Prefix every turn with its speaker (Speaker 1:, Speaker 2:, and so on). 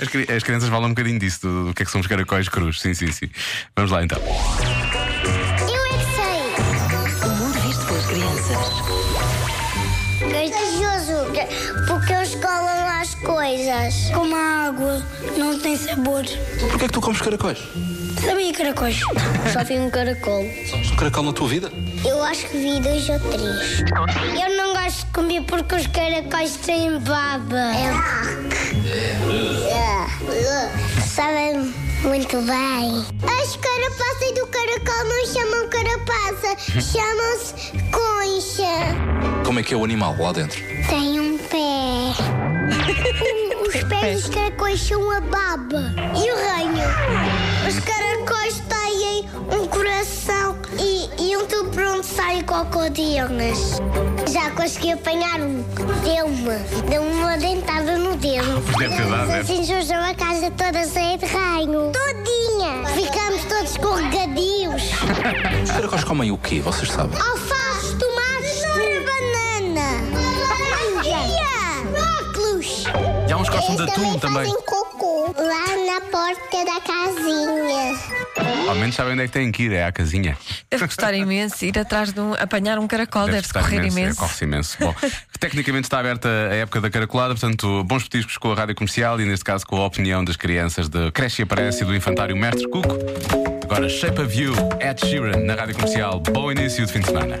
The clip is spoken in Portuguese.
Speaker 1: As, cri- as crianças falam um bocadinho disso, do, do que é que são os caracóis cruz. Sim, sim, sim. Vamos lá então.
Speaker 2: Eu é que sei.
Speaker 3: O mundo visto pelas crianças.
Speaker 2: Corajoso, porque eles colam as coisas. Como a água não tem sabor.
Speaker 4: Porquê é que tu comes caracóis?
Speaker 2: Sabia caracóis? Só vi um caracol.
Speaker 4: Sabes um caracol na tua vida?
Speaker 2: Eu acho que vi dois ou três. Eu não gosto de comer porque os caracóis têm baba. É um Sabem muito bem. As carapaças do caracol não chamam carapaça, chamam-se concha.
Speaker 4: Como é que é o animal lá dentro?
Speaker 2: Tem um pé. O- Os pés dos caracóis são a baba e o reino. Os caracóis têm um coração e, e um tubo para onde saem crocodilas. Já consegui apanhar um. Deu-me. Deu-me uma dentada no dedo.
Speaker 1: pois deve ter dado,
Speaker 2: Mas assim sujou a casa toda cheia de reino. Todinha. Ficamos todos escorregadios.
Speaker 4: Os caracóis comem o quê? Vocês sabem?
Speaker 2: Alface, tomate, cenoura, banana, manga, brócolos.
Speaker 5: E há uns que gostam de
Speaker 2: Eles
Speaker 5: atum também.
Speaker 2: fazem cocô lá na porta da casinha.
Speaker 1: Ao menos sabem onde é que têm que ir, é à casinha.
Speaker 6: Deve custar imenso ir atrás de um, apanhar um caracol, deve-se
Speaker 1: custar
Speaker 6: correr
Speaker 1: é,
Speaker 6: imenso.
Speaker 1: Corre-se imenso. Bom, tecnicamente está aberta a época da caracolada, portanto, bons petiscos com a rádio comercial e, neste caso, com a opinião das crianças de Creche e Aparece e do Infantário Mestre Cuco. Agora, Shape of You, Ed Sheeran, na rádio comercial. Bom início de fim de semana.